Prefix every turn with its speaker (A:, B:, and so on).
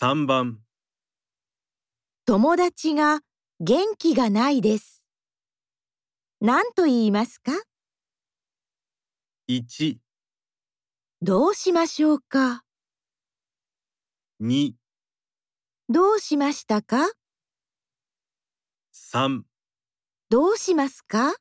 A: 3番
B: 友達が元気がないです。何と言いますか
A: 1、
B: どうしましょうか
A: 2、
B: どうしましたか
A: 3
B: どうしますか